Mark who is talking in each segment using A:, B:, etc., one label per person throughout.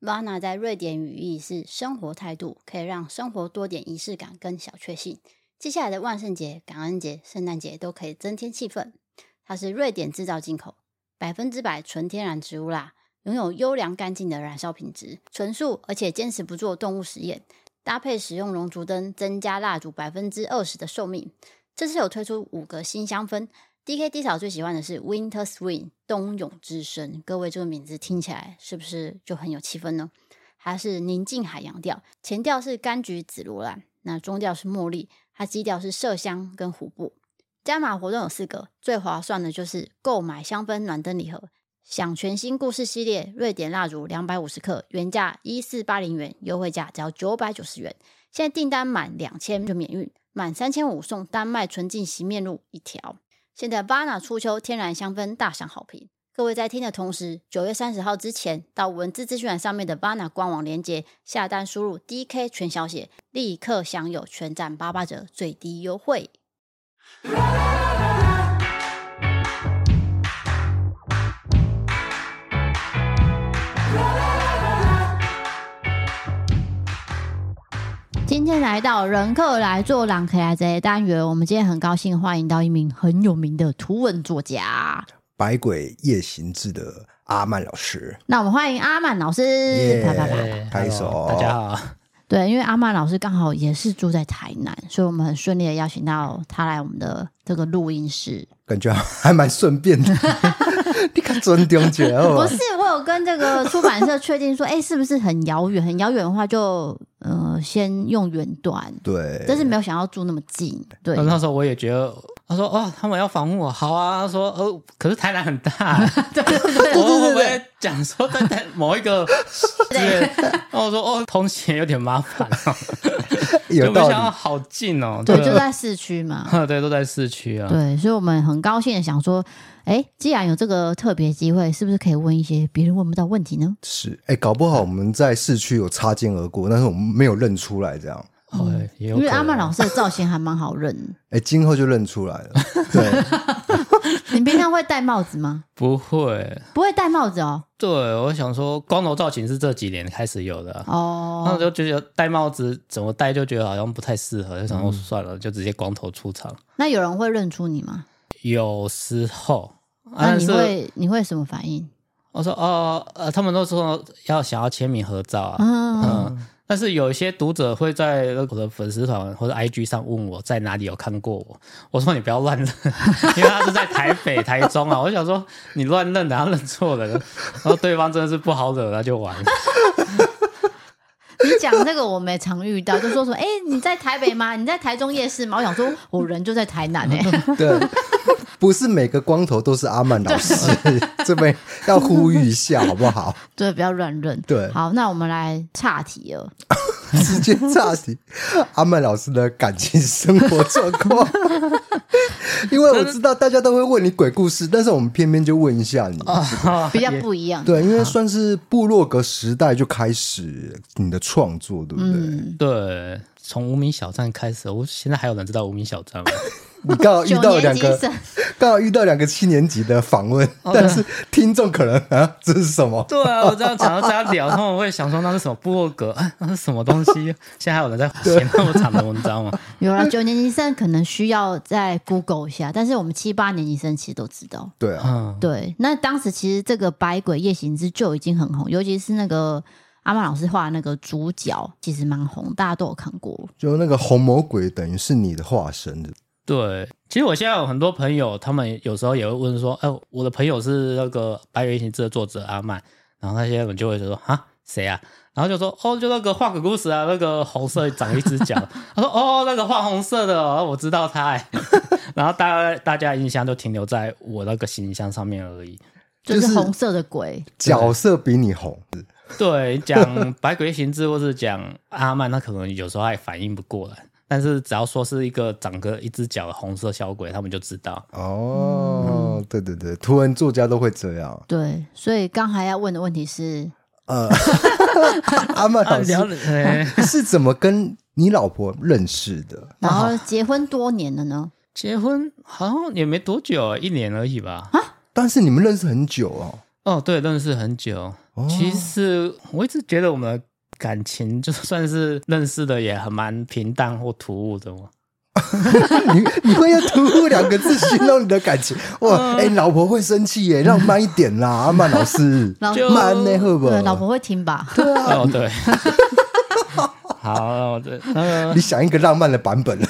A: ！Vana 在瑞典语义是生活态度，可以让生活多点仪式感跟小确幸。接下来的万圣节、感恩节、圣诞节都可以增添气氛。它是瑞典制造进口，百分之百纯天然植物蜡，拥有优良干净的燃烧品质，纯素，而且坚持不做动物实验。搭配使用熔烛灯，增加蜡烛百分之二十的寿命。这次有推出五个新香氛，DK D 嫂最喜欢的是 Winter Swing 冬泳之声。各位这个名字听起来是不是就很有气氛呢？它是宁静海洋调，前调是柑橘紫罗兰，那中调是茉莉，它基调是麝香跟琥珀。加码活动有四个，最划算的就是购买香氛暖灯礼盒，享全新故事系列瑞典蜡烛两百五十克，原价一四八零元，优惠价只要九百九十元。现在订单满两千就免运，满三千五送丹麦纯净洗面乳一条。现在 Vana 初秋天然香氛大赏好评，各位在听的同时，九月三十号之前到文字资讯栏上面的 Vana 官网链接下单，输入 DK 全小写，立刻享有全站八八折最低优惠。今天来到人客来做朗 K 来这单元，我们今天很高兴欢迎到一名很有名的图文作家。
B: 百鬼夜行志的阿曼老师，
A: 那我们欢迎阿曼老师，
B: 耶
A: 啪啪啪。
B: 对拍手
C: 哎 Hello，大家好，
A: 对，因为阿曼老师刚好也是住在台南，所以我们很顺利的邀请到他来我们的这个录音室。
B: 感觉还蛮顺便的。 你看尊重姐
A: 不
B: 哦
A: 是，，我有跟这个出版社确定说，哎、是不是很遥远？很遥远的话就，呃先用远端。
B: 对，
A: 但是没有想要住那么近，对
C: 那时候我也觉得，他说哦，他们要访问我，好啊，他说哦，可是台南很 大，对对对 我会不会讲说在在某一 个之类的，然后我说哦，通勤有点麻烦哦，
B: 有
C: 就没
B: 道
C: 想
B: 理。
C: 到好近哦，
A: 对，
C: 这个
A: 就在市区嘛。
C: 对，都在市区啊，
A: 对，所以我们很高兴的想说，哎，既然有这个特别机会，是不是可以问一些别人问不到问题呢？
B: 是，哎、搞不好我们在市区有擦肩而过，但是我们没有认出来，这样，
C: 哦，也有
A: 因为阿曼老
C: 师
A: 师的造型还蛮好认，
B: 哎、今后就认出来了。对，
A: 你平常会戴帽子吗？
C: 不会，
A: 不会戴帽子哦，
C: 对我想说光头造型是这几年开始有的啊。那
A: 哦，
C: 时候就觉得戴帽子怎么戴就觉得好像不太适合，就想说哦算了，就直接光头出场。
A: 那有人会认出你吗？
C: 有时候，
A: 哦
B: 啊
C: 啊
A: 那
C: 但
A: 你
C: 是
A: 会你会什么反应？
C: 我说哦呃，他们都说要想要签名合照啊，
A: 嗯，
C: 嗯，但是有一些读者会在我的粉丝团或者 IG 上问我在哪里有看过我，我说你不要乱认， 因为他是在台北、台中啊，我想说你乱认，然后认错人，然后对方真的是不好惹，那 就完了。
A: 你讲这个我没常遇到，就 说说，哎、你在台北吗？你在台中夜市吗？我想说，我人就在台南哎、
B: 对，不是每个光头都是阿曼老师， 这边要呼吁一下，好不好？
A: 对，不要乱认。
B: 对
A: 好，那我们来岔题了。
B: 直接岔题， 阿曼老师的感情生活状 况，因为我知道大家都会问你鬼故事，但是我们偏偏就问一下你。
A: 啊比较不一样。
B: 对，因为算是部落格时代就开始你的创作，对不对？
A: 嗯，
C: 对，从无名小站开始，我现在还有人知道无名小站吗？
B: 你刚好遇
A: 九
B: 到
A: 年
B: 两
A: 级
B: 个，
A: 生，哦
B: 刚好遇到两个七年级的访问，但是听众可能啊，这是什么？
C: 对啊，我这样讲到大家聊，他们会想说那是什么部落格，啊 那是什么东西？现在还有人在写那么长的文章吗？
A: 有了九年级生可能需要再 Google 一下，但是我们七八年级生其实都知道。
B: 对啊，
C: 嗯，
A: 对，那当时其实这个《百鬼夜行之》就已经很红，尤其是那个阿曼老师画的那个主角，其实蛮红，大家都有看过。
B: 就那个红魔鬼等于是你的化身的，
C: 对，其实我现在有很多朋友，他们有时候也会问说，哎、我的朋友是那个《白夜行》的作者阿曼，然后那些人就会说啊，谁啊？然后就说哦，就那个画鬼故事啊，那个红色长一只脚。 他说哦，那个画红色的、哦，我知道他、哎 然后大家大家印象就停留在我那个形象上面而已。
B: 就是
A: 就是红色的鬼，
B: 角色比你红，
C: 对，讲《百鬼夜行志》或是讲阿曼，他可能有时候还反应不过来，但是只要说是一个长个一只脚的红色小鬼，他们就知道。
B: 哦，
A: 嗯
B: 对对对，图文作家都会这样。
A: 对，所以刚才要问的问题是，
B: 呃， 阿曼老师
C: 哎
B: 是怎么跟你老婆认识的？
A: 然后结婚多年了呢？
C: 结婚好像也没多久，一年而已吧。
B: 但是你们认识很久哦，
C: 啊哦，对，认识很久。
B: 哦
C: 其实我一直觉得我们的感情，就算是认识的，也很蛮平淡或突兀的嘛。
B: 你你会用“突兀”两个字形容你的感情？
C: 嗯
B: 哇，哎、老婆会生气耶，浪漫一点 啦，阿曼老师，
A: 老
C: 就
B: 慢呢，会不啊
A: 对，
B: 会？
A: 老婆会听 吧？
C: 哦，对。 好，那我这呃，
B: 你想一个浪漫的版本，
A: 就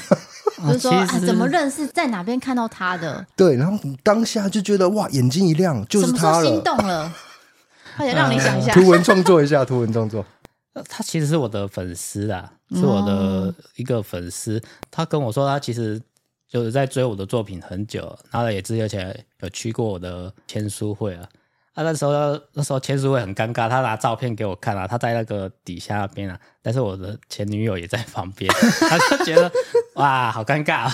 A: 是说、
C: 其
A: 啊，
C: 实
A: 怎么认识，在哪边看到他的，
B: 对，然后你当下就觉得哇，眼睛一亮，就
A: 什
B: 是
A: 么时候
B: 他
A: 心
B: 了。嗯
A: 动了？快点让你想一下，
B: 图文创作一下，图文创 作，
C: 呃他其实是我的粉丝啊，是我
A: 哦
C: 的一个粉丝。他跟我说，他其实就是在追我的作品很久，然后也之前有去过我的签书会啊。啊，那时候那时候签书会很尴尬，他拿照片给我看啊，他在那个底下那边啊，但是我的前女友也在旁边，他就觉得哇，好尴尬、啊。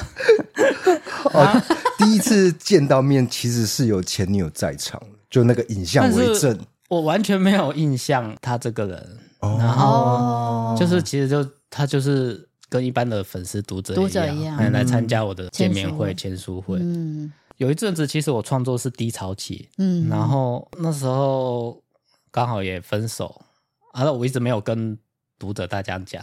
B: 哦，第一次见到面其实是有前女友在场，就那个影像
C: 但
B: 为
C: 是
B: 证。
C: 我完全没有印象他这个人，然
B: 哦，
C: 后
A: 哦，
C: 就是其实就他就是跟一般的粉丝读者
A: 读者
C: 一
A: 一样嗯
C: 哎来参加我的见面会、
A: 签
C: 签书会。
A: 嗯
C: 有一阵子，其实我创作是低潮期，
A: 嗯，
C: 然后那时候刚好也分手，啊，我一直没有跟读者大家讲，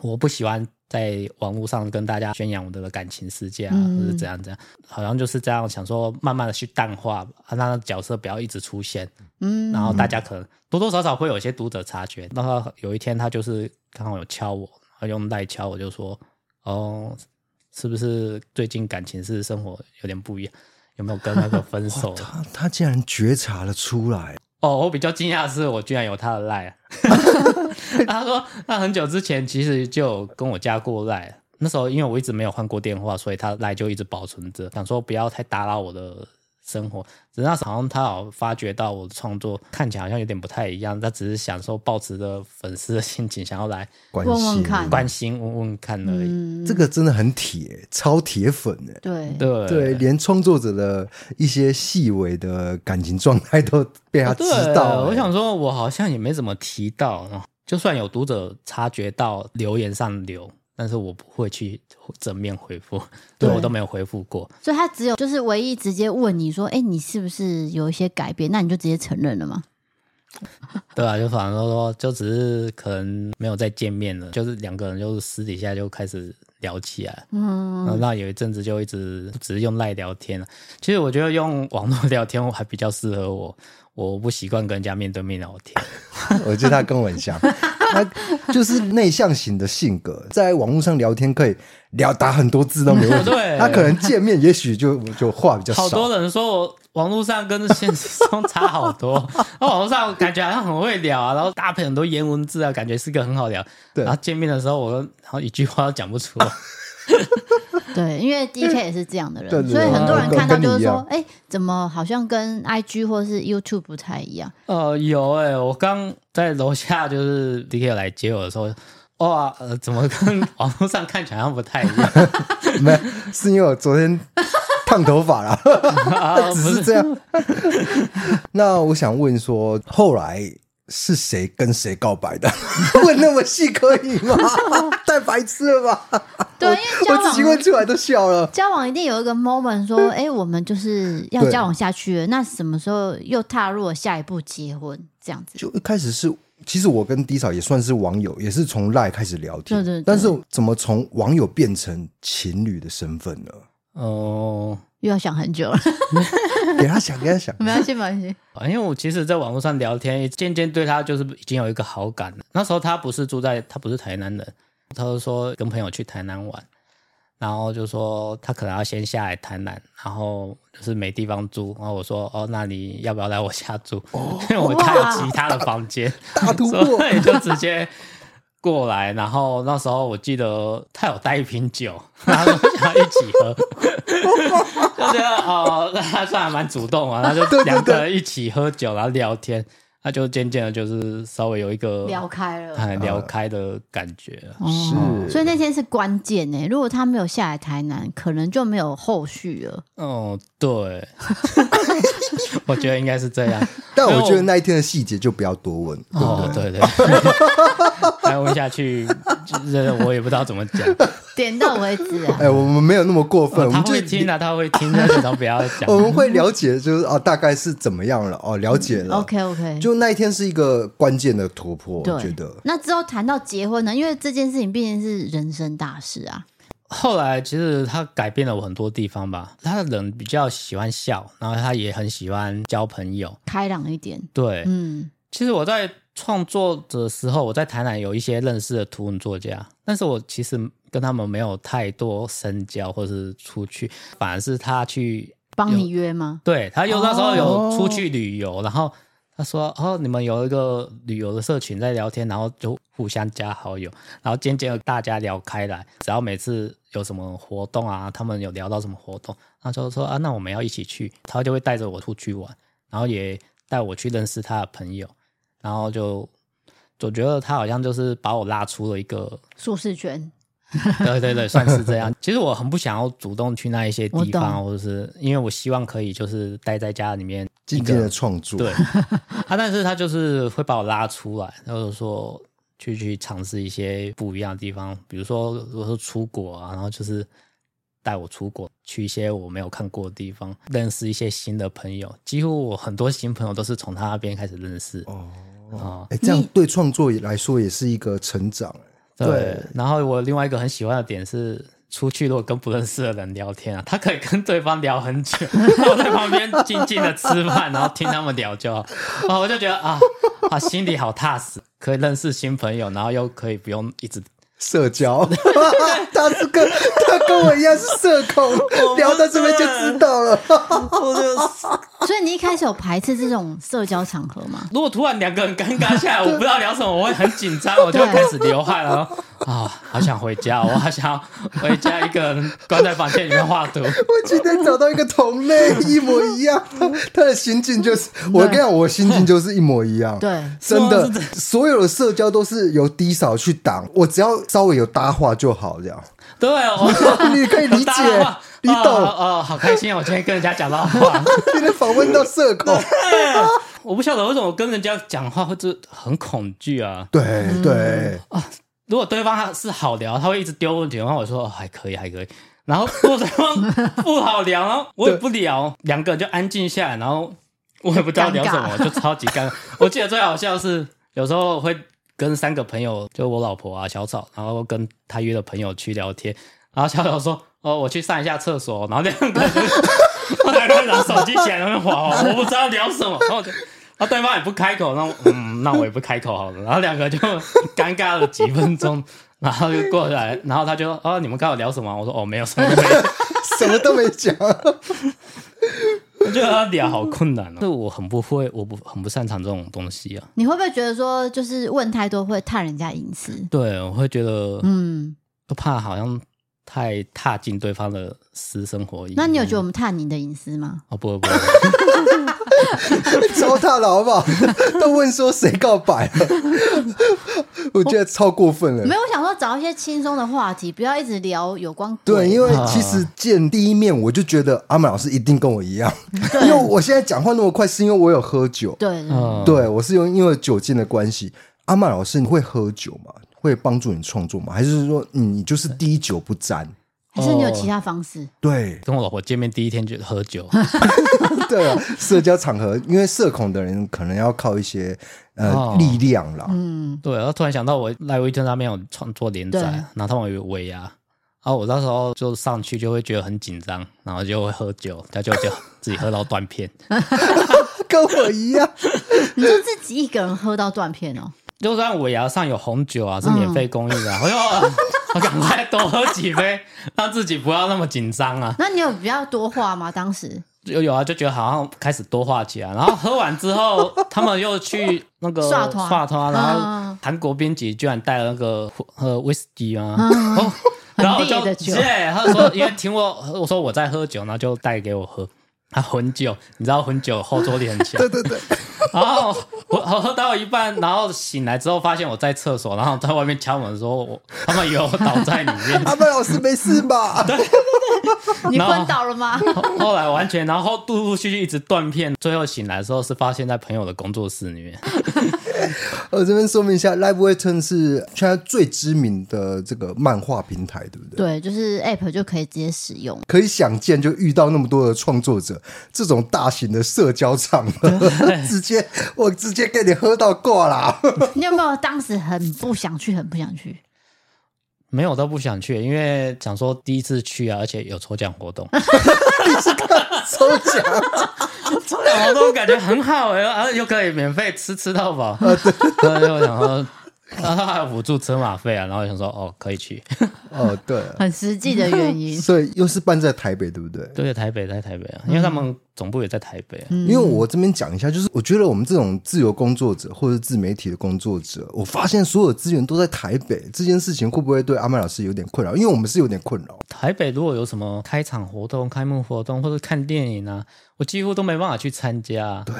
C: 我不喜欢在网络上跟大家宣扬我的感情世界啊，
A: 嗯
C: 或者怎样怎样，好像就是这样想说，慢慢的去淡化，啊，让角色不要一直出现，
A: 嗯，
C: 然后大家可能多多少少会有一些读者察觉。那他有一天他就是刚好有敲我，他用赖敲我，就说：“哦，是不是最近感情是生活有点不一样？有没有跟那个分手了
B: 他他竟然觉察了出来，？”
C: 哦，我比较惊讶的是，我居然有他的赖、啊。他说他很久之前其实就有跟我加过赖，啊那时候因为我一直没有换过电话，所以他赖就一直保存着，想说不要太打扰我的生活。只是那时候好像他好像发觉到我的创作看起来好像有点不太一样，他只是想说抱持着粉丝的心情想要来
B: 关
A: 问问
B: 系
A: 看
C: 关心问问看而已。
A: 嗯，
B: 这个真的很铁，超铁粉哎。
A: 对
C: 对
B: 对，连创作者的一些细微的感情状态都被他知
C: 哦对，
B: 道。欸哎
C: 我想，说，我好像也没怎么提到，就算有读者察觉到留言上留，但是我不会去正面回复，对我都没有回复过。
A: 所以他只有就是唯一直接问你说，哎、你是不是有一些改变？那你就直接承认了嘛。
C: 对啊，就反正说，就只是可能没有再见面了，就是两个人就是私底下就开始聊起来。
A: 嗯，
C: 嗯，那有一阵子就一直只是用赖聊天了。其实我觉得用网络聊天我还比较适合我，我不习惯跟人家面对面聊天。
B: 我觉得他跟我很 像，他就是内向型的性格，在网络上聊天可以聊打很多字都没问题。
C: 对
B: 他可能见面也许就就话比较少。
C: 好多人说我网络上跟现实中差 好多，那网络上感觉好像很会聊啊，然后搭配很多颜文字啊，感觉是个很好聊。
B: 对
C: 然后见面的时候我好像一句话都讲不出来。
A: 对，因为 D K 也是这样的人，
B: 对对对
A: 所以很多人看到就
B: 跟跟
A: 是
B: 你一
A: 说
B: 样，
A: 哎、怎么好像跟 I G 或是 YouTube 不太一样？
C: 呃，有哎、我刚在楼下就是 D K 来接我的时候，哇，呃，怎么跟 网络上看起来好像不太一样？
B: 没有，是因为我昨天烫头发了，
A: 哦
C: 啊、
B: 只是这样。 那我想问说，后来是谁跟谁告白的？ 问那么细可以 吗？太白痴了吧！
A: 对，因为交
B: 我自己
A: 往
B: 问出来都笑了。
A: 交往一定有一个 moment 说，哎、我们就是要
B: 对
A: 交往下去了，那什么时候又踏入了下一步结婚这样子？
B: 就一开始是，其实我跟 D 嫂也算是网友，也是从赖开始聊天。
A: 对对对
B: 但是怎么从网友变成情侣的身份 呢？
C: 哦、
A: 又要想很久 了，
B: 给他想，给他想。
A: 没关系，没关系。
C: 因为我其实，在网络上聊天，渐渐对他就是已经有一个好感了。那时候他不是住在，他不是台南人，他就说跟朋友去台南玩，然后就说他可能要先下来台南，然后就是没地方住，然后我说哦，那你要不要来我家住？ 因为我家有其他的房间，
B: 大突 破
C: 所以 就直接过来。然后那时候我记得他有带一瓶酒， 然后想要一起 喝，就觉得哦，那他算还蛮主动嘛，他就两个人一起喝酒，然后聊天，那就渐渐的就是稍微有一个
A: 聊开了
B: 呃
C: 哎聊开的感觉啊了。
A: 哦，所以那天是关键呢、如果他没有下来台南，可能就没有后续了。
C: 哦，对， 我觉得应该是这样。
B: 但我觉得那一天的细节就不要多问， 对不
C: 哦，
B: 对？
C: 对对， 再问下去，就是我也不知道怎么讲。
A: 点到为止啊，
B: 哎，我们没有那么过
A: 哦
B: 分，我
C: 他
B: 们就
C: 会听的，他会听的，但是都不要讲。
B: 我们呃会了解，就是哦，大概是怎么样了，哦，了解
A: 嗯
B: 了。
A: OK OK，
B: 就那一天是一个关键的突破，我
A: 对。
B: 觉得。
A: 那之后谈到结婚呢，因为这件事情毕竟是人生大事啊。
C: 后来其实他改变了我很多地方吧。他的人比较喜欢笑，然后他也很喜欢交朋友。
A: 开朗一点，
C: 对，
A: 嗯，
C: 其实我在创作的时候，我在台南有一些认识的图文作家，但是我其实跟他们没有太多深交，或是出去，反而是他去
A: 帮你约吗？
C: 对他有那时候
B: 哦
C: 有出去旅游，然后他说：“哦，你们有一个旅游的社群在聊天，然后就互相加好友，然后渐渐地大家聊开来。只要每次有什么活动啊，他们有聊到什么活动，他就说啊，那我们要一起去。他就会带着我出去玩，然后也带我去认识他的朋友，然后就我觉得他好像就是把我拉出了一个，
A: 舒适圈，
C: 对对对，算是这样。其实我很不想要主动去那一些地
A: 我懂
C: 方，或者是因为我希望可以就是待在家里面
B: 静静的创作，
C: 对啊，但是他就是会把我拉出来，然后说去去尝试一些不一样的地方，比如说如果说出国啊，然后就是带我出国去一些我没有看过的地方，认识一些新的朋友。几乎我很多新朋友都是从他那边开始认识。哦
B: 哎，这样对创作来说也是一个成长。哎
C: 对，
B: 对
C: 然后我另外一个很喜欢的点是。出去如果跟不认识的人聊天啊，他可以跟对方聊很 久，然后在旁边静静的吃饭，然后听他们聊就好。哦，我就觉得啊啊，心里好踏实，可以认识新朋友，然后又可以不用一直
B: 社交，他是跟他跟我一样是社恐，聊到这边就知道了。
A: 所以你一开始有排斥这种社交场合 吗？
C: 如果突然两个人尴尬 下来，我不知道聊什么，我会很紧张，我就会开始流汗了。啊，好想回家，我好想回家，一个人关在房间里面画 图。
B: 我今天找到一个同类，一模一样。他他的心境就是，我跟你讲，我心境就是一模一样。
A: 对
B: 真的，所有的社交都是由低少去挡，我只要稍微有搭话就好，这样。
C: 对， 我
B: 你可以理解
C: 搭话，
B: 你懂
C: 哦哦哦好开心啊！我今天跟人家讲到话，
B: 今天访问到社恐，
C: 我不晓得为什么我跟人家讲话会就很恐惧啊。
B: 对嗯对，
C: 如果对方是好聊，他会一直丢问题的话，我说、哦、还可以，还可以。然后如果对方不好聊，然后我也不聊，两个人就安静下来，然后我也不知道聊什么，就超级尴尬。我记得最好笑是有时候会跟三个朋友，就我老婆啊、小草，然后跟他约的朋友去聊天，然后小草说：“哦，我去上一下厕所。”然后两个人两个人拿手机起来在那边滑，我不知道聊什么，然后我就。然后对方也不开口，那我嗯，那我也不开口好了。然后两个就尴尬了几分钟，然后就过来，然后他就哦，你们刚好聊什么？我说哦，没有什么，没有
B: 什么都没讲。
C: 我觉得他聊好困难哦。是我很不会，我不很不擅长这种东西啊。
A: 你会不会觉得说，就是问太多会探人家隐私？
C: 对，我会觉得
A: 嗯，
C: 都怕好像太踏进对方的私生活一
A: 嗯
C: 样。
A: 那你有觉得我们探你的隐私吗？
C: 哦不 会不会，
B: 糟蹋了好不 好？都问说谁告白了， 我觉得超过分了
A: 没。有，我想说找一些轻松的话题，不要一直聊有关鬼
B: 对，因啊为其实见第一面我就觉得阿满老师一定跟我一样，因为我现在讲话那么快，是因为我有喝酒。
A: 对对
C: 嗯，
B: 对，我是用因为酒精的关系。阿曼老师，你会喝酒吗？会帮助你创作吗？还是说嗯你你就是滴酒不沾？
A: 还是你有其他方式？
B: 对
C: 跟我老婆见面第一天就喝 酒，
B: 对啊，社交场合，因为社恐的人可能要靠一些呃、
C: 哦
B: 力量啦。
A: 嗯，
C: 对，然后突然想到我赖威正上面有创作连载，
A: 对
C: 然后他们有尾牙，啊然后我那时候就上去就会觉得很紧张，然后就会喝酒，他就就自己喝到断片，
B: 跟我一样，
A: 你就自己一个人喝到断片哦。
C: 就算尾牙上有红酒啊，是免费供应的、啊，我就 我赶快多喝几杯，让自己不要那么紧张啊。
A: 那你有比较多话吗？当时
C: 有有啊，就觉得好像开始多话起来，然后喝完之后，他们又去那个
A: 刷团
C: 刷团，然后
A: 嗯
C: 韩国编辑居然带了那个呃威士忌啊，
A: 嗯
C: 哦 然后我就
A: 很烈的酒
C: 对，他说因为听我我说我在喝酒，然后就带给我喝。 他、混酒，你知道混酒后坐力很强，
B: 对对对，
C: 然后我我喝到一半，然后醒来之后发现我在厕所，然后在外面敲门说我他们以为我倒在里面，
B: 阿曼老师没事吧？
A: 你
C: 然后
A: 昏倒了吗？
C: 后后来完全，然后陆陆续续一直断片，最后醒来的时候是发现在朋友的工作室里面。
B: 我这边说明一下，Live w a t o n 是现在最知名的这个漫画平台，对不
A: 对，
B: 对？
A: 就是 App 就可以直接使用。
B: 可以想见，就遇到那么多的创作者，这种大型的社交场合， 直接我直接给你喝到挂啦。
A: 你有没有当时很不想去，很不想去？
C: 没有，都不想去，因为想说第一次去啊，而且有抽奖活动，
B: 抽奖，
C: 抽奖活动感觉很好哎、然后又可以免费吃吃到饱，所以我想说，然后还有补助车马费啊，然后想说哦可以去，
B: 哦，对，
A: 很实际的原 因，
B: 所以又是办在台北，对不对？
C: 对，台北在台北啊，因为他们总部也在台北啊、
B: 因为我这边讲一下，就是我觉得我们这种自由工作者或者自媒体的工作者，我发现所有资源都在台北，这件事情会不会对阿曼老师有点困扰？因为我们是有点困扰。
C: 台北如果有什么开场活动、开幕活动或者看电影啊，我几乎都没办法去参加。对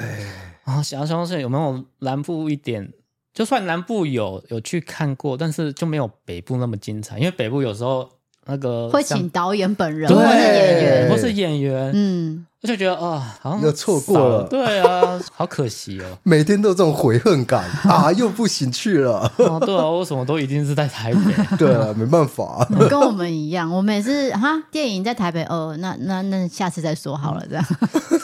C: 啊，想想是有没有南部一点，就算南部有有去看过，但是就没有北部那么精彩，因为北部有时候那个
A: 会
C: 像
A: 请导演本人
C: 对
A: 或是演员。
C: 或是演员，
A: 嗯，
C: 我就觉得哦，好像
B: 又错过了
C: 少对啊，好可惜 哦。
B: 每天都有这种悔恨感啊，又不行去了。
C: 哦，对啊，我什么都一定是在台北，
B: 对啊，没办 法，
A: 跟我们一样，我们也是哈，电影在台北哦，那那那下次再说好了，这样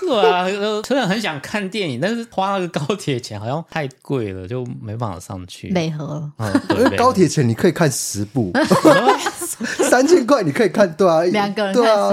C: 对啊，呃虽然很想看电影，但是花那个高铁钱好像太贵了，就没办法上去。
A: 美和了。
C: 嗯，
B: 因为
C: 对
B: 高铁钱你可以看 十部，三千块你可以看，对啊，
A: 两个人
B: 对啊，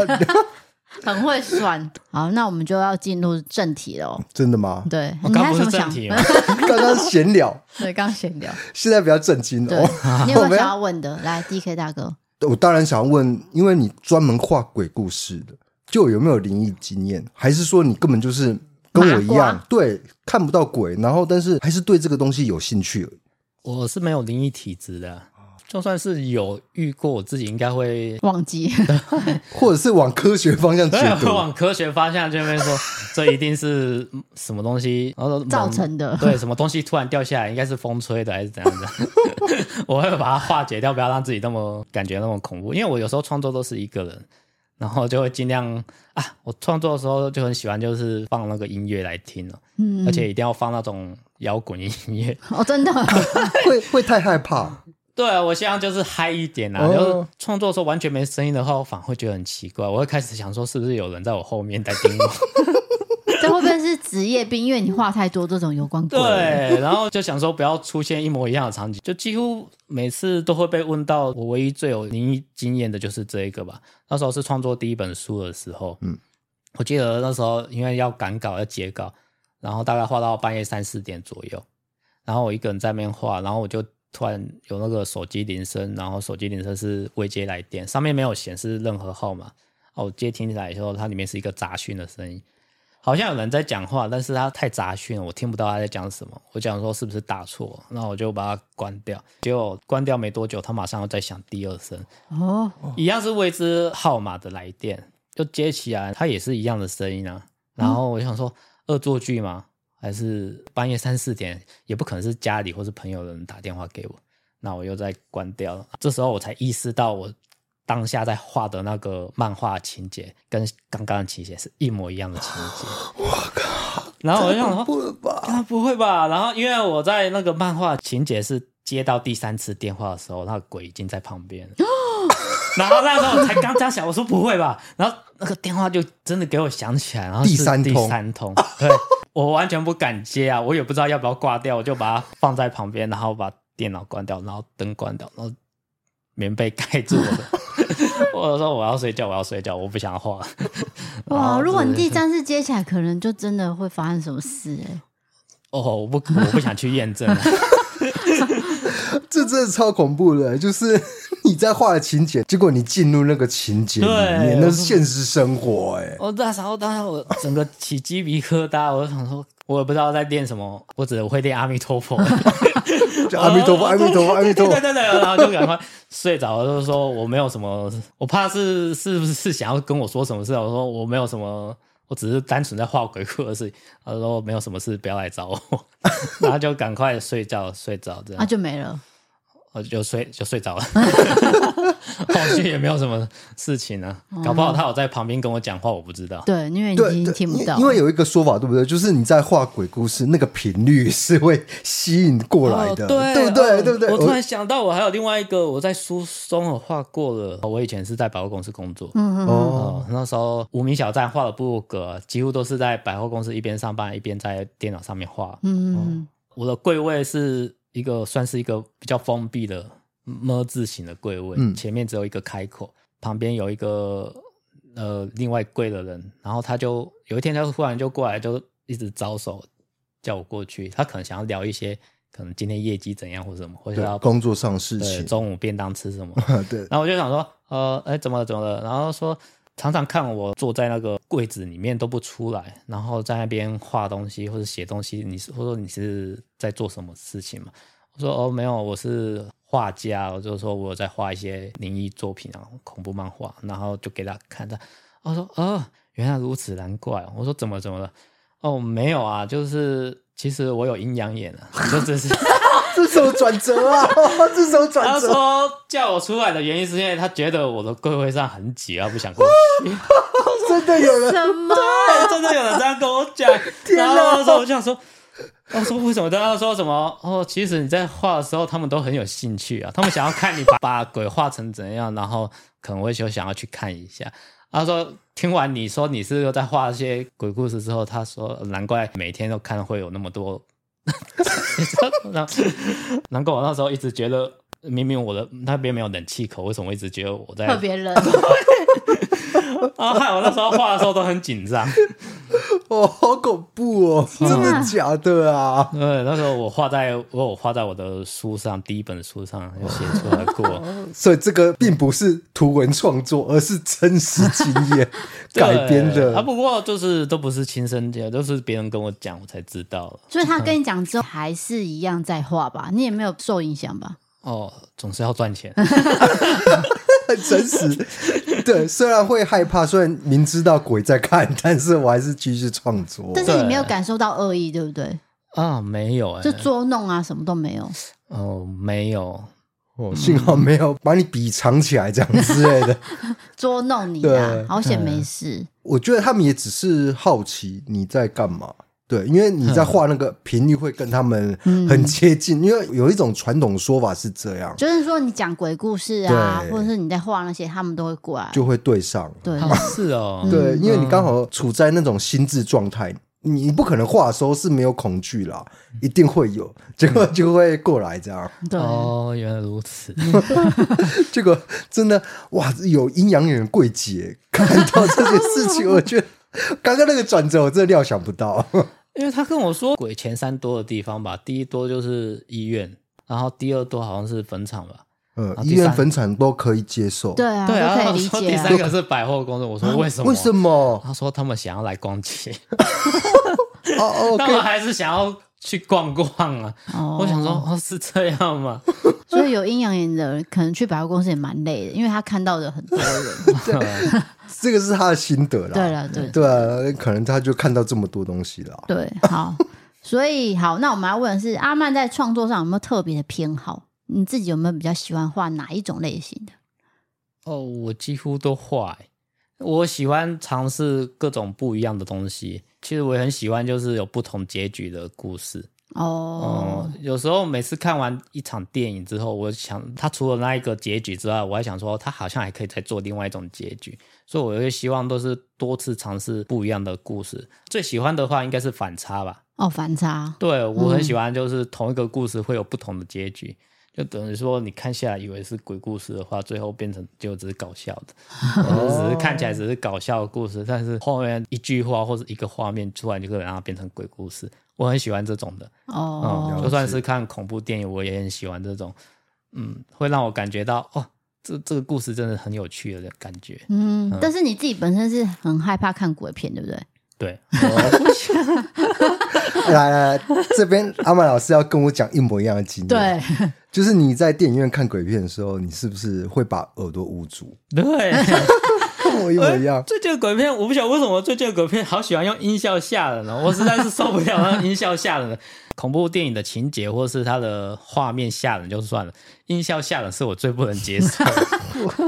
A: 很会算。好，那我们就要进入正题了哦。
B: 真的吗？
A: 对，
C: 我
A: 你还
C: 哦
A: 有
C: 刚
A: 什么
C: 不是正
A: 想？
C: 题吗？哦
B: 刚刚闲聊，
A: 对，刚闲聊。
B: 现在比较震惊
A: 对
B: 哦。，
A: 你有
B: 我
A: 没有
B: 们
A: 想要问的？来，D K 大哥，
B: 我当然想要问，因为你专门画鬼故事的，就有没有灵异经验？还是说你根本就是跟我一
A: 麻
B: 样，对，看不到鬼，然后但是还是对这个东西有兴趣而已？
C: 我是没有灵异体质的，就算是有遇过，我自己应该会。
A: 忘记
B: 或者是往科学方向解
C: 对，会
B: 读？
C: 往科学方向这边 说，这一定是什么东西，然后嗯
A: 造成的
C: 对，什么东西突然掉下来，应该是风吹的还是怎样 的？我会把它化解掉，不要让自己那么感觉那么恐怖。因为我有时候创作都是一个人，然后就会尽量啊，我创作的时候就很喜欢就是放那个音乐来听了，嗯，而且一定要放那种摇滚音乐，
A: 哦，真的
B: 会会太害怕？
C: 对啊，我现在就是嗨一点啊，
B: 哦
C: 就是创作的时候完全没声音的话，我反而会觉得很奇怪，我会开始想说是不是有人在我后面在盯我，
A: 这会不会是职业病？因为你话太多这种有关鬼。，
C: 对，然后就想说不要出现一模一样的场景，就几乎每次都会被问到，我唯一最有灵异经验的就是这一个吧，那时候是创作第一本书的时候，嗯，我记得那时候因为要赶稿要截稿，然后大概画到半夜三四点左右，然后我一个人在那边画，然后我就突然有那个手机铃声，然后手机铃声是未接来电，上面没有显示任何号码。哦，我接听起来以后，它里面是一个杂讯的声音，好像有人在讲话，但是他太杂讯了，我听不到他在讲什么。我讲说是不是打错，那我就把它关掉。结果关掉没多久，他马上又在响第二声，
A: 哦，
C: 一样是未知号码的来电，就接起来，它也是一样的声音啊。然后我想说，恶作剧吗？还是半夜三四点，也不可能是家里或是朋友的人打电话给我。那我又再关掉了。这时候我才意识到，我当下在画的那个漫画情节跟刚刚的情节是一模一样的情节。我靠！ 然后我就想说，
B: 不了吧？
C: 啊，不会吧？然后因为我在那个漫画情节是接到第三次电话的时候，那个鬼已经在旁 边了。然后那时候我才刚这样想，我说不会吧？然后那个电话就真的给我响起来，然后是
B: 第三
C: 第
B: 通
C: 三通，对，我完全不敢接啊，我也不知道要不要挂掉，我就把它放在旁边，然后把电脑关掉，然后灯关掉，然后棉被盖住我 的。我说我要睡觉，我要睡觉，我不想画。然
A: 哇！
C: 后
A: 如果
C: 就
A: 你
C: 是
A: 第三次接起来，可能就真的会发生什么事哎、
C: 哦，我不啊我不想去验证了。
B: 这真的超恐怖的，就是你在画的情节，结果你进入那个情节里面，
C: 对
B: 那是现实生活哎、
C: 我那时候当时我整个起鸡皮疙瘩，我就想说，我也不知道在练什么，我只我会练阿弥陀佛，
B: 就阿弥陀佛，阿弥陀佛，阿弥陀
C: 对
B: 佛
C: 对。对，对然后就赶快睡着了，就是说我没有什么，我怕是是不是想要跟我说什么事啊？我说我没有什么，我只是单纯在画鬼故的事情。他说哦没有什么事，不要来找我，然后就赶快睡觉，睡着这样，
A: 啊就没了。
C: 我就睡就睡着了，后续也没有什么事情啊，搞不好他有在旁边跟我讲话，我不知道。
A: 对，因为已
B: 对
A: 经
B: 对，
A: 听不
B: 因
A: 到，
B: 因为有一个说法，对不对？就是你在画鬼故事，那个频率是会吸引过来的，
C: 哦、对
B: 对不对？
C: 哦
B: 对不对？
C: 我突
B: 我
C: 然想到，我还有另外一个，我在书中有画过了。我以前是在百货公司工作，嗯
B: 哦，
C: 那时候无名小站画的部落格，几乎都是在百货公司一边上班一边在电脑上面画。
A: 嗯，
C: 我的柜位是一个算是一个比较封闭的么字形的柜位，
B: 嗯
C: 前面只有一个开口，旁边有一个呃另外柜的人，然后他就有一天他就忽然就过来，就一直招手叫我过去，他可能想要聊一些可能今天业绩怎样或什么，或者
B: 对
C: 要
B: 工作上的事
C: 对
B: 情，
C: 中午便当吃什么，
B: 对，
C: 然后我就想说，呃，哎，怎么了，怎么了？然后说，常常看我坐在那个柜子里面都不出来，然后在那边画东西或者写东西，你是或者说你是在做什么事情嘛？我说哦，没有，我是画家，我就说我有在画一些灵异作品啊，恐怖漫画，然后就给他看他，我说哦，原来如此，难怪。我说怎么怎么了？哦，没有啊，就是其实我有阴阳眼啊，就只是。
B: 这时候转折啊， 这时候
C: 他
B: 转折，
C: 啊说叫我出来的原因是因为他觉得我的柜位上很挤啊，不想过去。
B: 真的
C: 哦
B: 有人，
A: 什么？
C: 对，真的有人这样跟我讲。
B: 天哪
C: 然后那时候我就想说，我说为什么？大家说什么？哦，其实你在画的时候，他们都很有兴趣啊，他们想要看你把把鬼画成怎样，然后可能会就想要去看一下。他说听完你说你是又在画一些鬼故事之后，他说哦难怪每天都看会有那么多。 你知道吗难怪我那时候一直觉得，明明我的那边没有冷气口，为什么我一直觉得我在
A: 特别 冷，
C: 啊？害我那时候画的时候都很紧张。
B: 哦，好恐怖哦，真
A: 天啊
B: 的假的啊？
C: 对，那时候我画在我有画在我的书上，第一本书上有写出来 过。
B: 所以这个并不是图文创作，而是真实经验改编
C: 对啊，
B: 的。
C: 不过就是都不是亲身经历，都是别人跟我讲，我才知道了。
A: 所以他跟你讲之后还是一样在画吧，你也没有受影响吧？
C: 哦，总是要 赚钱。
B: 很真实。对，虽然会害怕，虽然明知道鬼在看，但是我还是继续创作。
A: 但是你
C: 对
A: 没有感受到恶意，对不对？
C: 啊，没有哎、
A: 就捉弄啊，什么都没有。
C: 哦，没有，
B: 哦，幸好没有把你笔藏起来这样之类的。
A: 捉弄你啊
B: 对，
A: 好险没事。
B: 我觉得他们也只是好奇你在干嘛。对，因为你在画那个频率会跟他们很接近，因为有一种传统说法是这样，
A: 就是说你讲鬼故事啊，
B: 对
A: 或者是你在画那些，他们都会过来。
B: 就会对上。
A: 嗯 对，
C: 啊、是哦，
B: 对，因为你刚好处在那种心智状态，你不可能画的时候是没有恐惧啦，一定会有，结果就会过来这样。
A: 对，
C: 哦，原来如此。
A: 嗯
B: 这个真的哇，有阴阳眼的柜姐看到这件事情，我觉得刚刚那个转折，我真的料想不到。
C: 因为他跟我说，鬼前三多的地方吧，第一多就是医院，然后第二多好像是坟场吧。
B: 呃，
C: 啊
B: 医
C: 第
B: 院
C: 三
B: 坟场都可以接受，
A: 对，啊，
C: 对
A: 都
C: 啊，
A: 可以
C: 然
A: 理
C: 后
A: 解
C: 第
A: 啊。
C: 三个是百货公司，我说为什么？
B: 为什？么？
C: 他说他们想要来逛街。
B: 哦 哦，
C: 但
B: 可以
C: 我还是想要去逛逛啊。
A: 哦
C: 我想说，，哦，是这样吗？
A: 所以有阴阳眼的人可能去百货公司也蛮累的，因为他看到的很
B: 啊
A: 多人。
B: 这个是他的心得啦。
A: 对了，对
B: 对啊，可能他就看到这么多东西 啦。
A: 对，好。所以好，那我们要问的是，阿曼在创作上有没有特别的偏好？你自己有没有比较喜欢画哪一种类型的？
C: 哦，我几乎都画欸、我喜欢尝试各种不一样的东西。其实我也很喜欢，就是有不同结局的故事。
A: 哦
C: 哦、，有时候每次看完一场电影之后，我想他除了那一个结局之外，我还想说他好像还可以再做另外一种结局，所以我就希望都是多次尝试不一样的故事。最喜欢的话应该是反差吧，
A: 哦，反差，
C: 对我很喜欢，就是同一个故事会有不同的结局，就等于说你看下来以为是鬼故事的话，最后变成就只是搞笑的，就是只是看起来只是搞笑的故事，但是后面一句话或者一个画面突然就可以让它变成鬼故事，我很喜欢这种的。嗯，
A: 哦，
C: 就算是看恐怖电影，我也很喜欢这种，嗯，会让我感觉到哦，这这个故事真的很有趣的感觉。
A: 嗯，但是你自己本身是很害怕看鬼片，对不对？
C: 对，
B: 来来，来这边阿曼老师要跟我讲一模一样的经验。，就是你在电影院看鬼片的时候，你是不是会把耳朵捂住？
C: 对，
B: 跟我一模一 样。
C: 啊最近的鬼片，我不晓得为什么最近的鬼片 好喜欢用音效吓人哦，我实在是受不了那音效吓 人的。恐怖电影的情节或是它的画面吓人就算了，音效吓人是我最不能接受的。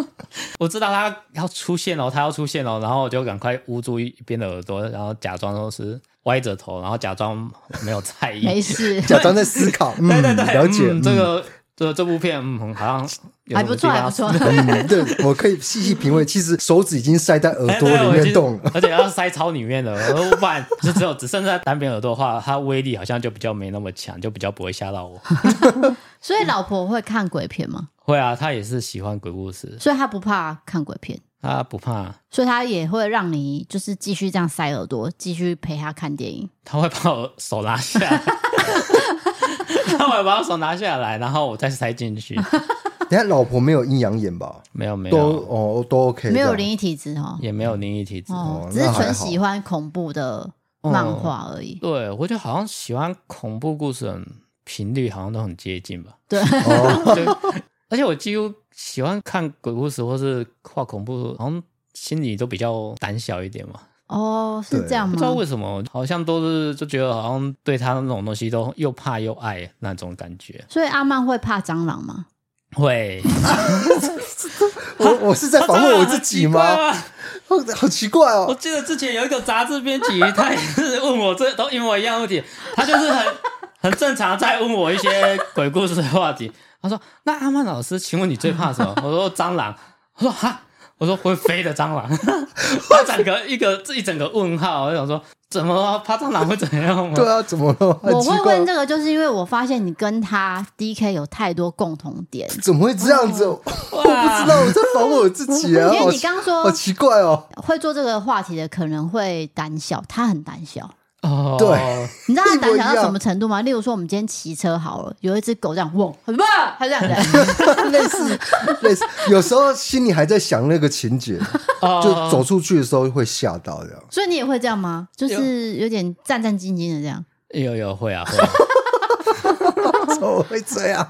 C: 我知道它要出现哦，它要出现哦，然后我就赶快捂住一边的耳朵，然后假装都是歪着头，然后假装没有在意，
A: 没事，
B: 假装在思考，嗯，
C: 对对对，
B: 了解、
C: 嗯这个这这部片，嗯，好像有
A: 还
C: 什
A: 不
C: 么
A: 错，
C: 地
A: 还
C: 方
A: 不错。
B: 嗯。对，我可以细细品味。其实手指已经塞在耳朵里面动了。
C: 哎对我已经而且要塞超里面的，我不然就只有只剩下单边耳朵的话，它威力好像就比较没那么强，就比较不会吓到我。
A: 所以老婆会看鬼片吗？
C: 会啊，他也是喜欢鬼故事，
A: 所以她不怕看鬼片，
C: 他不怕，
A: 所以她也会让你就是继续这样塞耳朵，继续陪她看电影。
C: 他会把我手拿下来， 他会把我手拿下来，然后我再塞进去。
B: 等一下老婆没有阴阳眼吧？
C: 没有没
B: 都
C: 有，
B: 哦都 OK，
A: 没有
B: 这样
A: 灵异体质哦，
C: 也没有灵异体质。
A: 哦
B: 哦，
A: 只是
B: 那还
A: 纯
B: 好
A: 喜欢恐怖的漫画而已。
C: 对，我觉得好像喜欢恐怖故事的人频率好像都很接近吧。
A: 对，
B: 哦
C: 对，而且我几乎喜欢看鬼故事或是画恐怖，好像心里都比较胆小一点嘛。
A: 哦，是
B: 啊
A: 这样
C: 不
A: 吗
C: 知？道为什么，好像都是就觉得好像对他那种东西都又怕又爱那种感觉。
A: 所以阿曼会怕蟑螂吗？
C: 会，
B: 我我是在访问我自己 吗？
C: 啊？
B: 好好奇怪
C: 我
B: 哦，
C: 记得之前有一个杂志编辑，他也是问我这都一模一样的问题， 他就是很很正常在问我一些鬼故事的话题。他说：“那阿曼老师，请问你最怕什么？”我说：“蟑螂。”我说：“哈。”我说：“会飞的蟑螂。” 我整个一个这一整个问号，我就想说，怎么了怕蟑螂会怎样吗？
B: 对啊，怎么了？很
A: 我
B: 奇
A: 会
B: 怪哦
A: 问，这个，就是因为我发现你跟他 D K 有太多共同点，
B: 怎么会这样子？ 我不
C: 哇
B: 知道，我在访问我自己啊。
A: 因为你
B: 好
A: 刚说
B: 好奇怪哦，
A: 会做这个话题的可能会胆小，他很胆小。
C: 哦，
B: 对
A: 你知道他胆小
B: 一模
A: 到
B: 一样
A: 什么程度吗？例如说，我们今天骑车好了，有一只狗这样汪，很棒，它这样
B: 嗯
A: 子，
B: 类似类似，有时候心里还在想那个情节，
C: 哦，
B: 就走出去的时候会吓 到这样。
A: 所以你也会这样吗？就是有点战战兢兢的这样。
C: 有有会啊会啊。
B: 怎么会这样？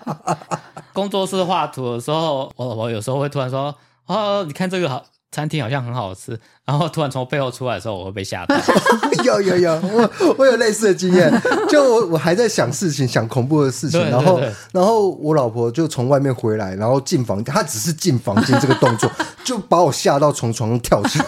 C: 工作室画图的时候，我老婆有时候会突然说：“哦，你看这个好餐厅好像很好吃。”然后突然从背后出来的时候，我会被吓到。
B: 有有有，我我有类似的经 验，就我我还在想事情，想恐怖的事情，
C: 对
B: 然后
C: 对对
B: 然后我老婆就从外面回来，然后进房间，她只是进房间这个动 作，就把我吓到从床上跳起来，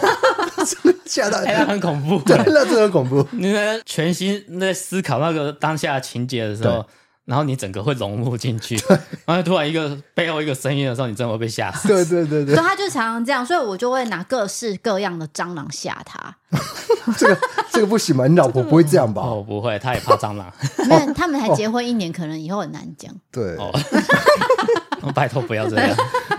B: 真的吓到，
C: 哎、那很恐怖。
B: 对，那真的很恐怖。
C: 你在全心在思考那个当下情节的时候
B: 对，
C: 然后你整个会融入进去，然后突然一个背后一个声音的时候，你真的会被吓死。
B: 对对对
A: 所以
B: 对，
A: 他就常常这样，所以我就会拿各式各样的蟑螂吓 他。
B: 这个这个不行吧？你老婆不会这样吧？
C: 哦，不会，他也怕蟑螂。
A: 那他们才结婚一年，可能以后很难讲。
B: 对，
C: 哦， 拜托不要这样。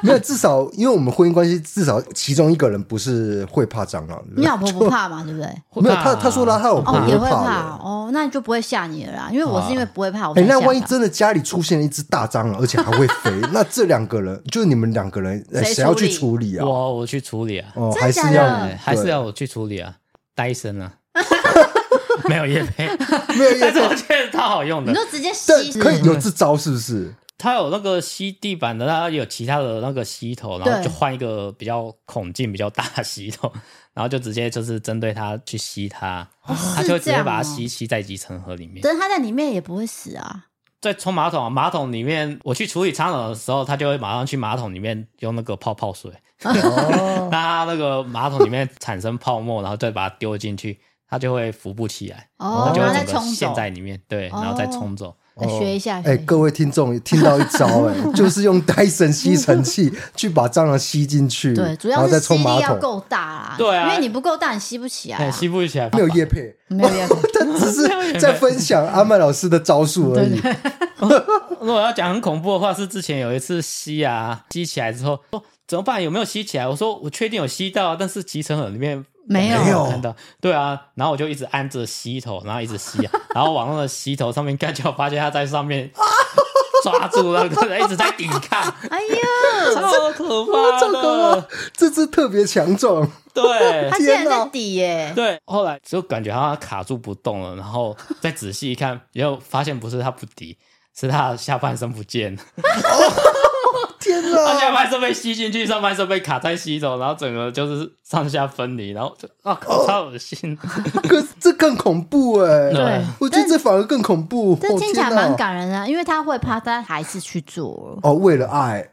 B: 没有，至少因为我们婚姻关系，至少其中一个人不是会怕蟑螂
A: 你
B: 的。
A: 老婆不怕嘛？对不对？
B: 没有，他他说了，他老
C: 啊
B: 婆
A: 哦，也会怕
B: 怕的。
A: 哦，那你就不会吓你了啦，因为我是因为不会怕，我
B: 哎、
A: 才
B: 那
A: 吓
B: 万一
A: 他
B: 真的家里出现了一只大蟑螂，而且还会 飞，那这两个人就是你们两个人，哎
A: 谁
B: 谁要
A: 处理
B: 去处理啊？
C: 我我去处理啊，
B: 哦，
A: 真的
B: 还是
A: 假的
B: 要
C: 哎还是
B: 对
C: 要我去处理啊，戴森 啊， 没有叶配。
B: 没有因为
C: 但是 我觉得它好用
A: 你
C: 的，
A: 就直接吸
B: 对，
A: 食
B: 可以有这招是不 是？
C: 它有那个吸地板的，它有其他的那个吸头，然后
A: 对
C: 就换一个比较孔径比较大的吸头，然后就直接就是针对它去吸它，
A: 哦
C: 它就会直接把它吸吸在集成盒里面。
A: 但是他在里面也不会死啊。
C: 再冲马桶，马桶里面我去处理苍蝇的时候，它就会马上去马桶里面用那个泡泡水，
B: 哦
A: 哦
C: 那它那个马桶里面产生泡沫，然后再把它丢进去，它就会浮不起来，它
A: 哦，
C: 就
A: 然后
C: 会
A: 再
C: 整个
A: 冲
C: 陷
A: 走，哦
C: 在里面，对，然后再冲走。
A: 来学一下。
B: 哎、
A: 学一下
B: 各位听众听到一招、哎，就是用戴森吸尘器去把蟑螂吸进去，
A: 对，主
B: 然
A: 要
B: 后
A: 是
B: 再
A: 吸
B: 冲
A: 力
B: 马
A: 要
B: 桶。
A: 够大啦。
C: 对啊
A: 因为你不够大，你吸不起来
C: 哎，
A: 啊。
C: 吸不起来，
B: 没有 叶配，
A: 没有没有，
B: 他只是在分享阿曼老师的招数而已。
C: 如果要讲很恐怖的话，是之前有一次吸啊，吸起来之后说怎么办？有没有吸起来？我说我确定有吸到啊，但是集成盒里面
A: 没有
C: 没有看到。对啊，然后我就一直按 着吸头，然后一直吸啊，然后往那个吸头上面盖，结果发现它在上面抓住那个人，一直在抵抗，
A: 哎 呦，
C: 超可怕的。
B: 这只特别强壮，
C: 对
A: 他，竟然在底耶！
C: 对，后来就感觉他卡住不动了，然后再仔细一看，然后发现不是他不敌，是他的下半身不见了，
B: 天
C: 他
B: 哪！
C: 下半身被吸进去，上半身被卡在吸走，然后整个就是上下分离，然后就啊
B: 哦
C: 靠，超恶心。
B: 可是这更恐怖哎、
C: 对
B: 我觉得这反而更恐怖。
A: 这
B: 哦
A: 听起来
B: 天哪
A: 蛮感人的啊，因为他会怕，但还是去做了。
B: 哦，为了爱，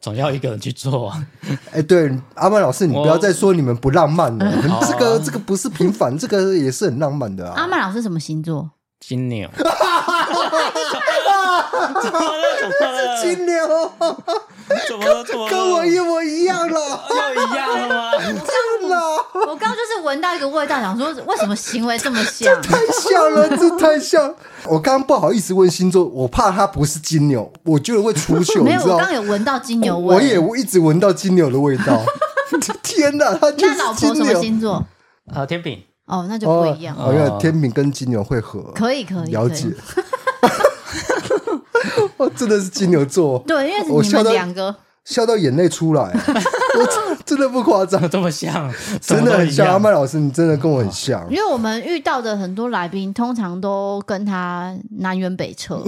C: 总要一个人去做啊，
B: 哎，对，阿曼老师，你不要再说你们不浪漫了，你们 这个
C: 哦
B: 这个不是平凡，这个也是很浪漫的
A: 嗯阿
B: 啊。
A: 曼老师什么星座？
C: 金牛。怎么了？怎么了？
B: 金牛
C: 怎么了？怎么了？
B: 哦跟我一模一样了，
C: 又一样了吗？
B: 真的啊
A: 我刚刚就是闻到一个味道，想说为什么行为这么 像？
B: 太像了，这太像。我刚刚不好意思问星座，我怕他不是金牛，我觉得会出 糗，
A: 没
B: 你
A: 有，
B: 知
A: 我
B: 道
A: 刚刚有闻到金牛味。
B: 我也一直闻到金牛的味道。 天哪，他就
A: 那老
B: 是
A: 婆什
B: 金
A: 么
B: 牛。
A: 星座？
C: 呃，天饼，
A: 哦，那就不一样。
B: 好像天平跟金牛会合，
A: 可以，可以，
B: 了
A: 可以
B: 解。 哦，真的是金牛座，
A: 对，因为
B: 我
A: 你
B: 笑
A: 们
B: 到
A: 两个
B: 笑到眼泪 出来，我真真的不夸张，
C: 这么像，什么
B: 真
C: 都
B: 的很
C: 一
B: 像
C: 样
B: 阿曼老师，你真的跟我很像
A: 因。为我们遇到的很多来宾，通常都跟他南辕北 辙，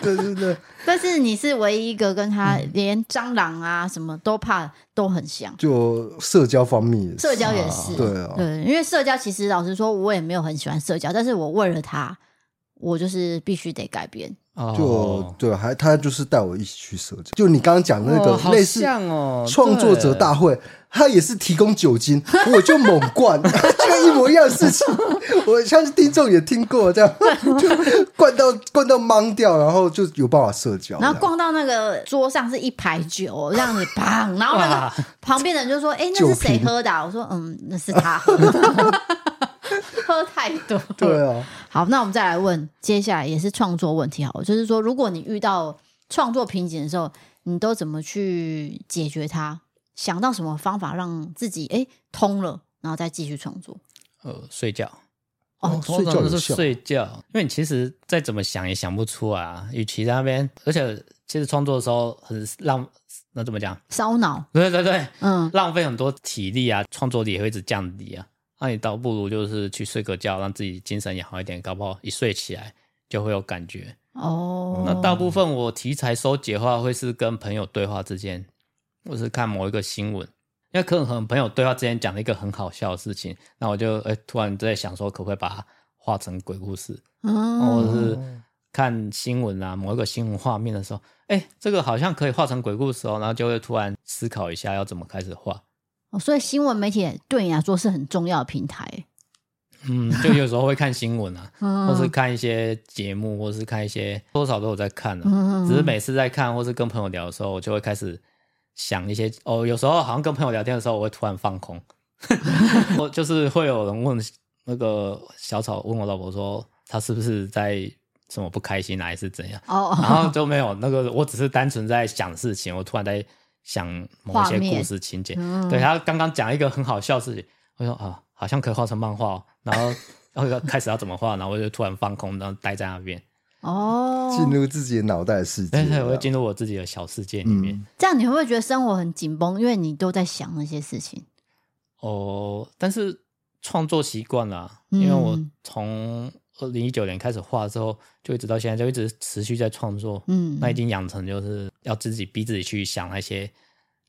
B: 对对对，
A: 但是你是唯一一个跟他
B: 嗯
A: 连蟑螂啊什么都怕，都很像。
B: 就社交方面也是，
A: 社交也是，
B: 对啊
A: 对，因为社交其实老实说，我也没有很喜欢社交，但是我为了他，我就是必须得改变。
C: 哦
B: 就对，还他就是带我一起去社交，就你刚刚讲的那
C: 哦
B: 个
C: 好
B: 类似
C: 像哦
B: 创作者大会，他也是提供酒精，我就猛灌， 就一模一样的事情。我相信听众也听过，这样 就灌到灌到懵掉，然后就有办法社交。
A: 然后
B: 这样
A: 逛到那个桌上是一排酒，哦这样子砰，然后那个
C: 哇
A: 旁边的人就说：“哎、那是谁
B: 酒瓶
A: 喝的啊、我说：“嗯，那是他喝的， 喝太多。”
B: 对啊，
A: 好，那我们再来问，接下来也是创作问题好了，就是说，如果你遇到创作瓶颈的时候，你都怎么去解决它？想到什么方法让自己哎通了，然后再继续创作？
C: 呃睡觉。
A: 哦
C: 通常都
B: 有
C: 是
B: 效
C: 睡觉，因为你其实再怎么想也想不出来啊。与其在那边，而且其实创作的时候很浪，那怎么讲？
A: 烧脑，
C: 对对对，
A: 嗯，
C: 浪费很多体力啊，创作力也会一直降低啊。那你倒不如就是去睡个觉，让自己精神也好一点，搞不好一睡起来就会有感觉。
A: 哦，
C: 那大部分我题材收集的话，会是跟朋友对话之间，或是看某一个新闻，因为可能和朋友对话之间讲了一个很好笑的事情，那我就哎、突然在想说，可不可以把它画成鬼故事，或者
A: 嗯，
C: 哦是看新闻啊，某一个新闻画面的时候，哎、这个好像可以画成鬼故事哦，然后就会突然思考一下要怎么开始画。
A: 哦所以新闻媒体对你来说是很重要的平台，
C: 嗯，就有时候会看新闻啊，
A: 嗯
C: 或是看一些节目，或是看一些多少都有在看的、
A: 嗯
C: 只是每次在看或是跟朋友聊的时候，我就会开始想一些哦，有时候好像跟朋友聊天的时候，我会突然放空， 我就是会有人问那个小草问我老婆说，她是不是在什么不开心啊，还是 怎样？然
A: 哦，
C: 后就没有那个，我只是单纯在想事情，我突然在想某一
A: 画
C: 些
A: 面
C: 故事情节。
A: 嗯
C: 对啊他刚刚讲一个很好笑的事情，我说啊，好像可以画成漫画、哦，然后 然后开始要怎么画，然后我就突然放空，然后待在那边，
A: 哦
B: 进，入自己的脑袋世界啊
C: 对。哎对，我就进入我自己的小世界里面。
B: 嗯
A: 这样你会不会觉得生活很紧绷？因为你都在想那些事情，
C: 哦，但是创作习惯啦，因为我
A: 嗯
C: 从二零一九年开始画之后，就一直到现在，就一直持续在创作。
A: 嗯
C: 那已经养成就是要自己逼自己去想那些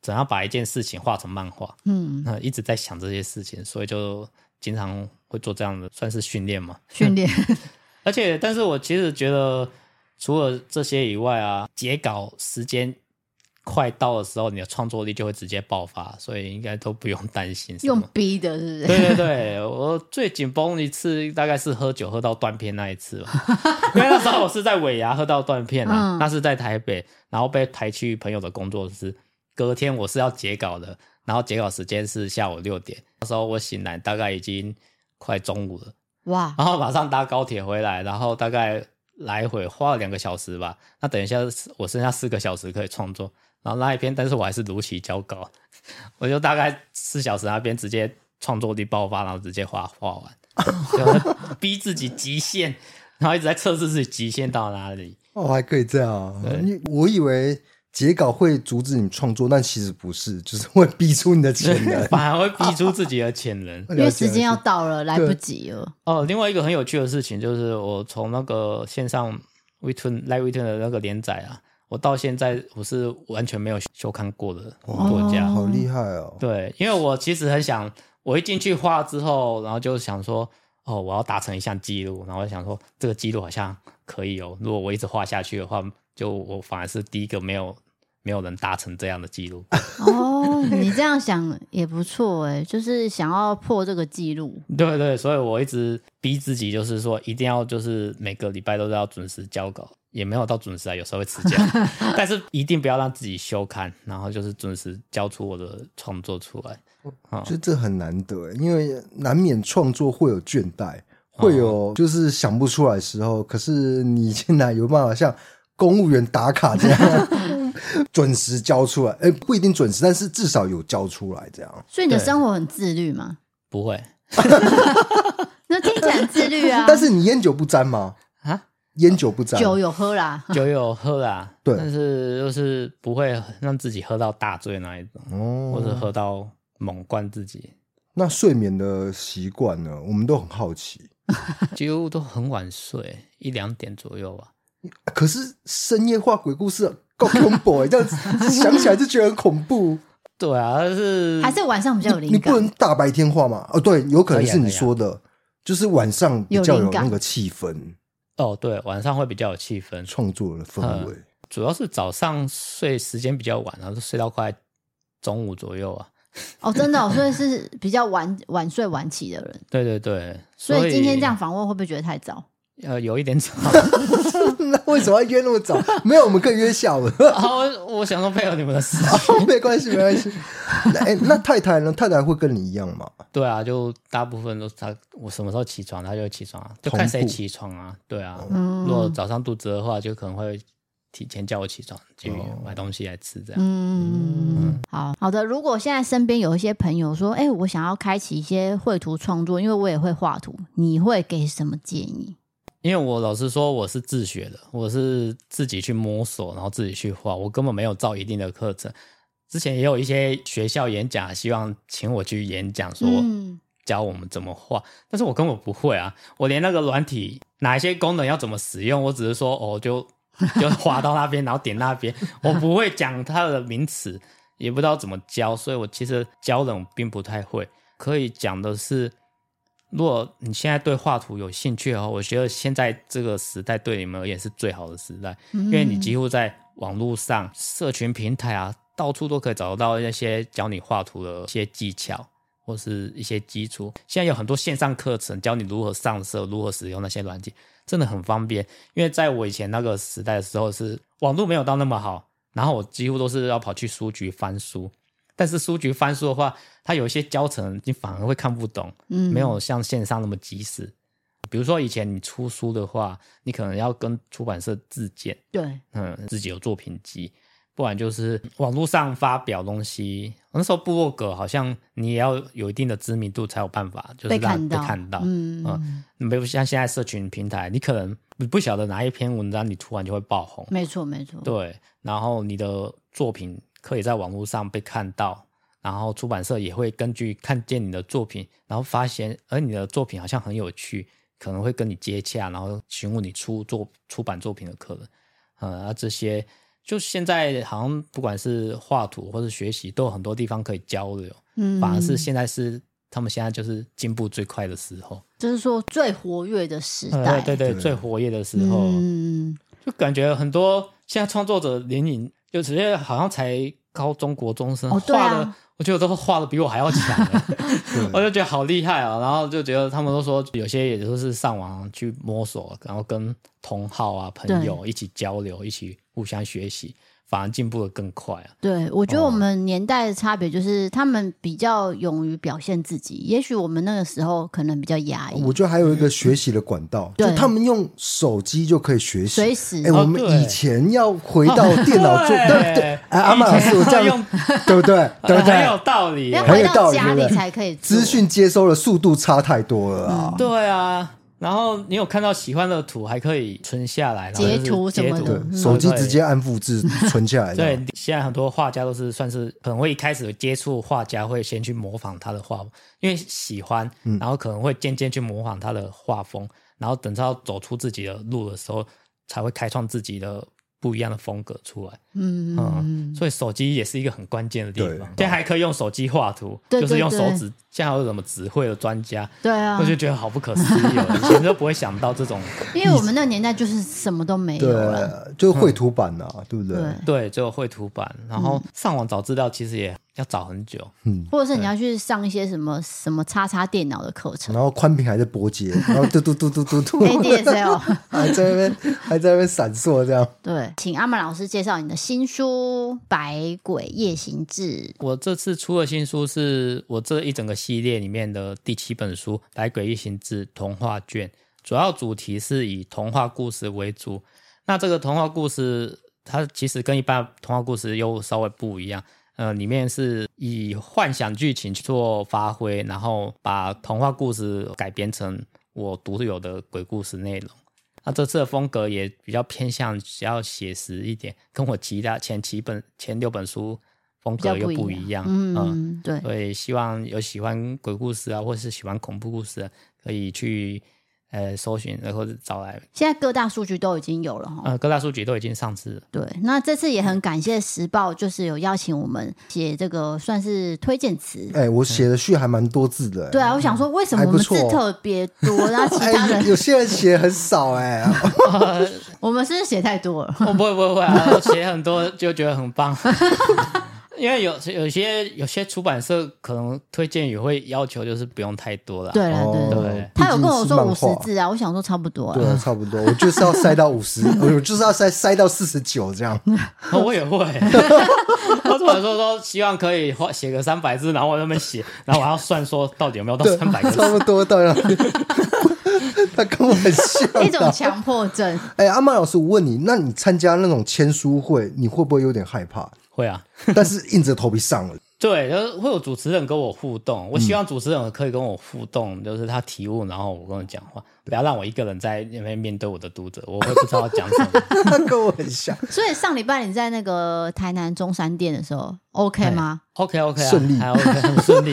C: 怎样把一件事情画成漫画。
A: 嗯，
C: 那一直在想这些事情，所以就经常会做这样的，算是训练嘛。
A: 训 练，
C: 而且，但是我其实觉得，除了这些以外啊，截稿时间快到的时候，你的创作力就会直接爆发，所以应该都不用担心什
A: 用
C: 么。
A: 逼的，是不是？
C: 对对对，我最紧绷一次大概是喝酒喝到断片那一 次吧，因为那时候我是在尾牙喝到断片啊，
A: 嗯
C: 那是在台北，然后被排去朋友的工作室，隔天我是要截稿的，然后截稿时间是下午六点，那时候我醒来大概已经快中午了，
A: 哇，
B: 啊
C: 然后马上搭高铁回来，然后大概来回花了两个小时吧，那等一下我剩下四个小时可以创作，然后那一篇，但是我还是如期交稿， 我就大概四小时那边直接创作力爆发，然后直接画画完，就逼自己极限。然后一直在测试自己极限到哪里。。
B: 哦，还可以这样啊！你我以为截稿会阻止你创作，但其实不是，就是会逼出你的潜能
C: 反而会逼出自己的潜能。
A: 因为时间要
B: 了解
A: 到了，来不
B: 对
A: 及了。
C: 哦，另外一个很有趣的事情就是，我从那个线上 w e t u n Live w e t u n 的那个连载啊，我到现在我是完全没有修看过的作家。
B: 了解好厉害哦！
C: 对，因为我其实很想，我一进去画之后，然后就想说，哦，我要达成一项记录，然后我想说这个记录好像可以哦。如果我一直画下去的话，就我反而是第一个没有没有人达成这样的记录。
A: 哦，你这样想也不错哎，就是想要破这个记录。
C: 对对，所以我一直逼自己，就是说一定要就是每个礼拜都要准时交稿，也没有到准时啊，有时候会迟 交，但是一定不要让自己休刊，然后就是准时交出我的创作出来。啊嗯
B: 我觉得这很难得，欸因为难免创作会有倦怠，会有就是想不出来的时候。可是你 现在有办法像公务员打卡这样 准时交出来？哎，不一定准时，但是至少有交出来这样。
A: 所以你的
C: 对
A: 生活很自律吗？
C: 不会
A: 那听起来很自律啊。
B: 但是你烟酒不沾吗？
C: 啊，
B: 烟酒不沾，
A: 酒有喝啦，
C: 酒有喝啦，
B: 对
C: 但是就是不会让自己喝到大醉那一种，或者
B: 哦。
C: 喝到猛灌自己，
B: 那睡眠的习惯呢？我们都很好奇。
C: 几乎都很晚睡，一两点左右吧。
B: 啊可是深夜画鬼故事够恐怖哎、这样子想起来就觉得很恐怖。
C: 对啊，但是
A: 还是晚上比 较有
B: 你
A: 灵
B: 不
A: 感
B: 能？大白天画嘛？哦，对，有可能
C: 可以啊
B: 是你说的，就是晚上比较有那个气氛，
C: 哦，对，晚上会比较有气氛，
B: 创作的氛围。
C: 主要是早上睡时间比较晚，然后就睡到快中午左右啊。
A: 哦，真的哦、所以是比较晚晚睡晚起的人。
C: 对对对，
A: 所
C: 所
A: 以今天这样访问会不会觉得太早？
C: 呃有一点 早
B: 那为什么要约那么早？没有，我们可以约下午。
C: 然后我我想说配合你们的时间，
B: 哦，没关系，没关系。那哎、那太太呢？太太会跟你一样吗？
C: 对啊，就大部分都是他我什么时候起床他就起床啊，就看谁起床啊，对啊，
A: 嗯
C: 如果早上肚子饿的话，就可能会提前叫我起床去买东西来吃这样。
A: 嗯，好好的。如果现在身边有一些朋友说，哎、我想要开启一些绘图创作，因为我也会画图，你会给什么建议？
C: 因为我老实说，我是自学的，我是自己去摸索，然后自己去画，我根本没有照一定的课程。之前也有一些学校演讲，希望请我去演讲，说
A: 嗯
C: 教我们怎么画，但是我根本不会啊，我连那个软体哪一些功能要怎么使用，我只是说哦，就 就滑到那边，然后点那边，我不会讲它的名词，也不知道怎么教，所以我其实教人我并不太会。可以讲的是，如果你现在对画图有兴趣的话，我觉得现在这个时代对你们而言是最好的时代，因为
A: 嗯
C: 你几乎在网络上、社群平台啊，到处都可以找得到那些教你画图的一些技巧。或是一些基础，现在有很多线上课程教你如何上色、如何使用那些软件，真的很方便。因为在我以前那个时代的时候是，网络没有到那么好，然后我几乎都是要跑去书局翻书。但是书局翻书的话，它有一些教程你反而会看不懂，
A: 嗯
C: 没有像线上那么及时。比如说以前你出书的话，你可能要跟出版社自荐，
A: 对，
C: 嗯，自己有作品集，不然就是网络上发表东西。那时候部落格好像你也要有一定的知名度才有办法，就是
A: 被
C: 让
A: 看到，
C: 被看到。
A: 嗯
C: 嗯没有像现在社群平台，你可能你不晓得哪一篇文章你突然就会爆红，
A: 没错没错，
C: 对，然后你的作品可以在网络上被看到，然后出版社也会根据看见你的作品，然后发现，而你的作品好像很有趣，可能会跟你接洽，然后询问你出作出版作品的客人，呃，啊这些就现在好像不管是画图或是学习，都有很多地方可以交流，
A: 嗯
C: 反而是现在是他们现在就是进步最快的时候，
A: 就是说最活跃的时
C: 呃
A: 代，
C: 对对
B: 对
C: 最活跃的时候，
A: 嗯，
C: 就感觉很多现在创作者年龄就直接好像才高中国中生
A: 哦
C: 画
A: 对
C: 的，
A: 啊
C: 我觉得都画的比我还要强 了，我
B: 对，
C: 就觉得好厉害啊、然后就觉得他们都说有些也都是上网去摸索，然后跟同好啊朋友一起交流，一起互相学习，反而进步的更快啊。
A: 对，我觉得
C: 哦
A: 我们年代的差别就是他们比较勇于表现自己，也许我们那个时候可能比较压抑
B: 我，觉得还有一个学习的管道，就
A: 对
B: 他们用手机就可以学习。
A: 随时
B: 哎、我们
C: 哦对
B: 以前要回到电脑 做，
C: 对
B: 对对，哎，阿玛
C: 以
B: 老
C: 前
B: 师，我这
C: 要用
B: 样，对不 对？对不
C: 很有
B: 对？
C: 道理耶
A: 要，
B: 很
A: 回
B: 有道
A: 到
B: 理
A: 家
B: 对
A: 里
B: 不对
A: 才可以做
B: 资讯接收的速度差太多了啊！
C: 对啊，然后你有看到喜欢的图，还可以存下来，然后
A: 截
C: 就是
A: 图什
C: 截
A: 么的
C: 图
A: 嗯
B: 对，手机直接按复制存下来的。
C: 对，现在很多画家都是算是可能会一开始接触画家，会先去模仿他的画，因为喜欢，
A: 嗯
C: 然后可能会渐渐去模仿他的画风，然后等到走出自己的路的时候，才会开创自己的不一样的风格出来。
A: 嗯
C: 嗯，
A: 嗯，
C: 所以手机也是一个很关键的地
B: 对
C: 方。现在还可以用手机画图，
A: 对
C: 就是用
A: 对
C: 手
A: 对
C: 指，现在还有什么指绘的专家，
A: 对啊
C: 我，就觉得好不可思议哦，以前都不会想到这种。
A: 因为我们那个年代就是什么都没有
C: 啊
A: 了，
B: 对，就绘图版呐、对不对？
A: 嗯对，
C: 对，只有绘图版，然
A: 嗯
C: 后上网找资料其实也要找很久。
A: 或者是你要去上一些什么什么叉叉电脑的课程
B: 然后宽屏还在波 接，然后嘟嘟嘟嘟嘟嘟，
A: ，ADSL。
B: 还在那边还在那边闪烁这样。
A: 对，请阿曼老师介绍你的新书《百鬼夜行志》。
C: 我这次出的新书是我这一整个系列里面的第七本书《百鬼夜行志》童话卷，主要主题是以童话故事为主。那这个童话故事，它其实跟一般童话故事又稍微不一样。呃，里面是以幻想剧情去做发挥，然后把童话故事改编成我独有的鬼故事内容。那这次的风格也比较偏向比较写实一点，跟我其他前几本前六本书风
A: 比较
C: 格又
A: 不
C: 不
A: 一
C: 一样。
A: 嗯， 对，
C: 所以希望有喜欢鬼故事啊，或是喜欢恐怖故事、的，啊可以去呃搜寻，然后找来。
A: 现在各大数据都已经有了哈。
C: 呃，各大书局都已经上市了。
A: 对，那这次也很感谢时报，就是有邀请我们写这个算是推荐词。
B: 哎、我写的序还蛮多字的、哎
A: 对啊，我想说为什么我们
B: 还不
A: 字
B: 错哦
A: 特别多，然后其他
B: 哎、
A: 人
B: 有些人写很少哎、
A: 我们是不是写太多了？
C: 哦，不会不会不会啊，我写很多就觉得很棒。 因为有有些有些出版社可能推荐也会要求，就是不用太多了。
A: 对啦对啦
B: 哦
C: 对
A: 他有跟我说五
B: 毕
A: 十
B: 竟是漫画
A: 字啊，我想说差不多
B: 对
A: 了。
B: 啊，差不多，我就是要塞到五十， 我就是要塞塞到四十九这样。
C: 哦，我也会。 我出版社说希望可以画写个三百字，然后我在那边写，然后我还要算说到底有没有到
B: 对，
C: 三百个字
B: 差。不多到那 里。他跟我很像啊
A: 一种强迫症，
B: 哎、阿曼老师，我问你，那你参加那种签书会，你会不会有点害怕？
C: 会啊，
B: 但是硬着头皮上了，
C: 对，就是会有主持人跟我互动，
A: 嗯
C: 我希望主持人可以跟我互动，就是他提问，然后我跟我讲话，不要让我一个人在那边面对我的读者，我会不知道讲什么。
B: 他跟我很像，
A: 所以上礼拜你在那个台南中山店的时候，OK
B: 哎
A: 吗？
C: OK OK 啊，
B: 顺利
C: 还 OK，很顺利。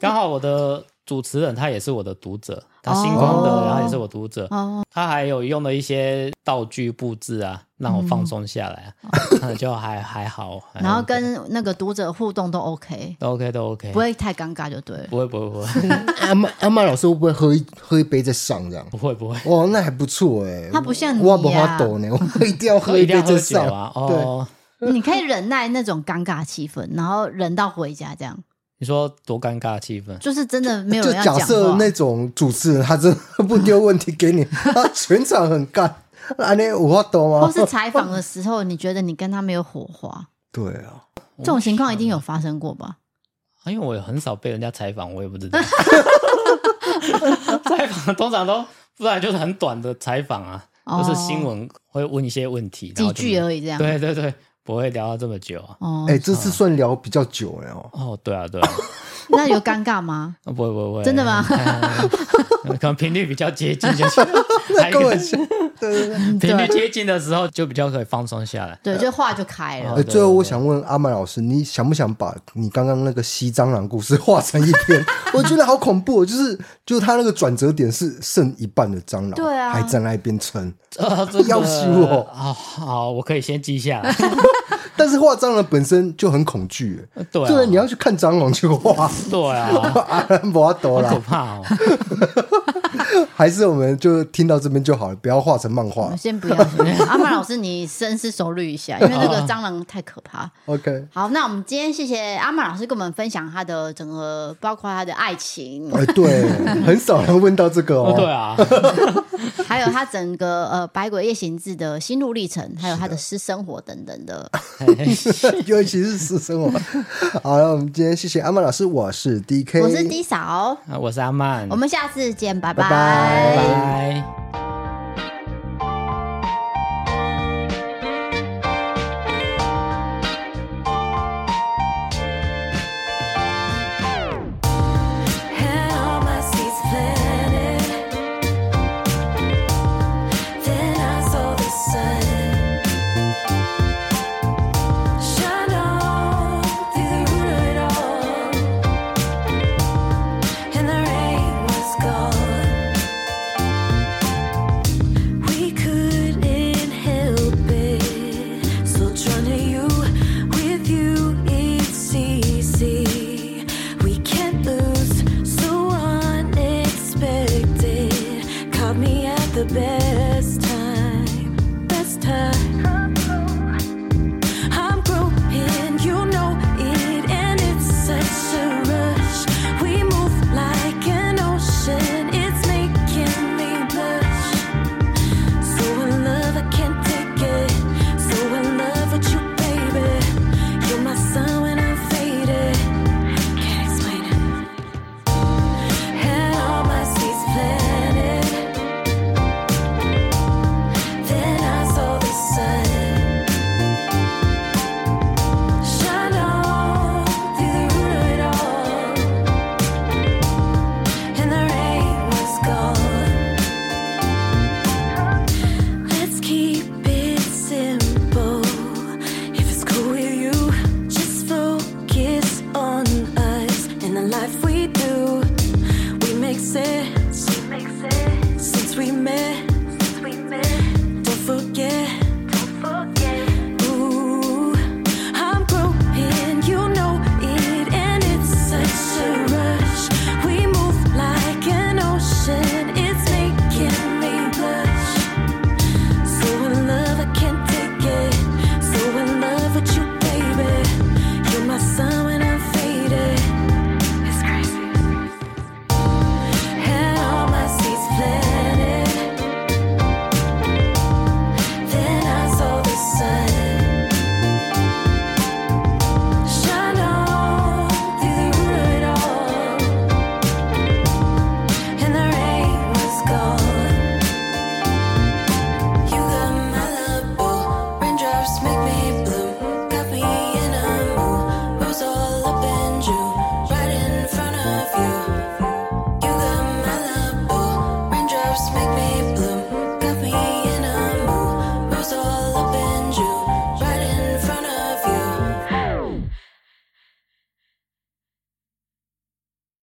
C: 刚好我的主持人他也是我的读者，他星光的，
A: 哦
C: 然后也是我读者，
A: 哦，
C: 他还有用了一些道具布置啊，让我放松下来啊， 那就还还好。
A: 嗯哦
C: 还
B: 哎
A: 然后
C: OK
A: 跟那个读者互动都 OK，
C: 都 OK 都 OK，
A: 不会太尴尬就对了。
C: 不会不会不会
B: 嗯阿曼阿曼老师会不会喝一喝一杯再上这样？
C: 不会不会，
B: 哇，哦那还不错哎、
A: 他不像你
B: 我不
A: 呀
B: 花抖呢，我一定要喝
C: 一定
B: 杯
C: 要喝
B: 再
C: 酒
B: 上
C: 啊。哦，
A: 你可以忍耐那种尴尬气氛，然后忍到回家这样，
C: 你说多尴尬的气氛。
A: 就是真的没有
B: 就
A: 人要
B: 假
A: 讲
B: 设
A: 话。
B: 那种主持人他真的不丢问题 给你，他全场很干，那那我花抖
A: 或
B: 吗？
A: 是采访的时候，你觉得你跟他没有火花，
B: 对啊，
A: 这种情况一定
B: 哦
A: 有发生过吧？
C: 因为我也很少被人家采访，我也不知道。 采访通常都不然就是很短的采访啊，
A: 哦
C: 就是新闻会问一些问题，然
A: 几
C: 后就
A: 句而已这样。啊
C: 对对对，不会聊到这么久啊。
A: 哦
B: 哎、，这次算聊比较久了哦。
C: 哦，对啊，对啊， 哦
A: 那有尴尬 吗？
C: 不会不会不会，
A: 真的吗
C: 可能频率比较接近，就是还
B: 跟我
C: 有
B: 很像，对对对。
C: 频率
A: 嗯对啊
C: 接近的时候就比较可以放松下来。
A: 对，就话就开了。
B: 哎，
C: 哦对
B: 最后
C: 对
B: 我
C: 对
B: 想问阿曼老师，你想不想把你刚刚那个吸蟑螂故事画成一 篇？我觉得好恐怖、哦，就是就是他那个转折点是剩一半的蟑螂，
A: 对啊
B: 还在那边撑。
C: 呃，这个
B: 要死我
C: 好啊好，我可以先记下来。
B: 但是画蟑螂本身就很恐惧，哎
C: 对啊
B: 对啊，你要去看蟑螂去画，
C: 对啊，
B: 阿兰博多
C: 好可
B: 啦，
C: 怕哦。
B: 还是我们就听到这边就好了，不要画成漫
A: 我
B: 画
A: 们。先不要， 阿曼老师，你深思熟虑一 下，因为那个蟑螂太可怕。
B: OK，
A: 好，那我们今天谢谢阿曼老师跟我们分享他的整个，包括他的爱 情，
B: 哎， 对，很少人问到这个
C: 哦对
B: 哦。
C: 啊，
A: 还有他整个呃《百鬼夜行志》的心路历程，还有他的私生活等等 的。
B: 尤其是私生活。好了，我们今天谢谢阿曼老师，我是 DK，
A: 我是 D 嫂，
C: 啊我是阿曼，
A: 我们下次见，拜
B: 拜
C: 拜
A: 拜
C: 拜。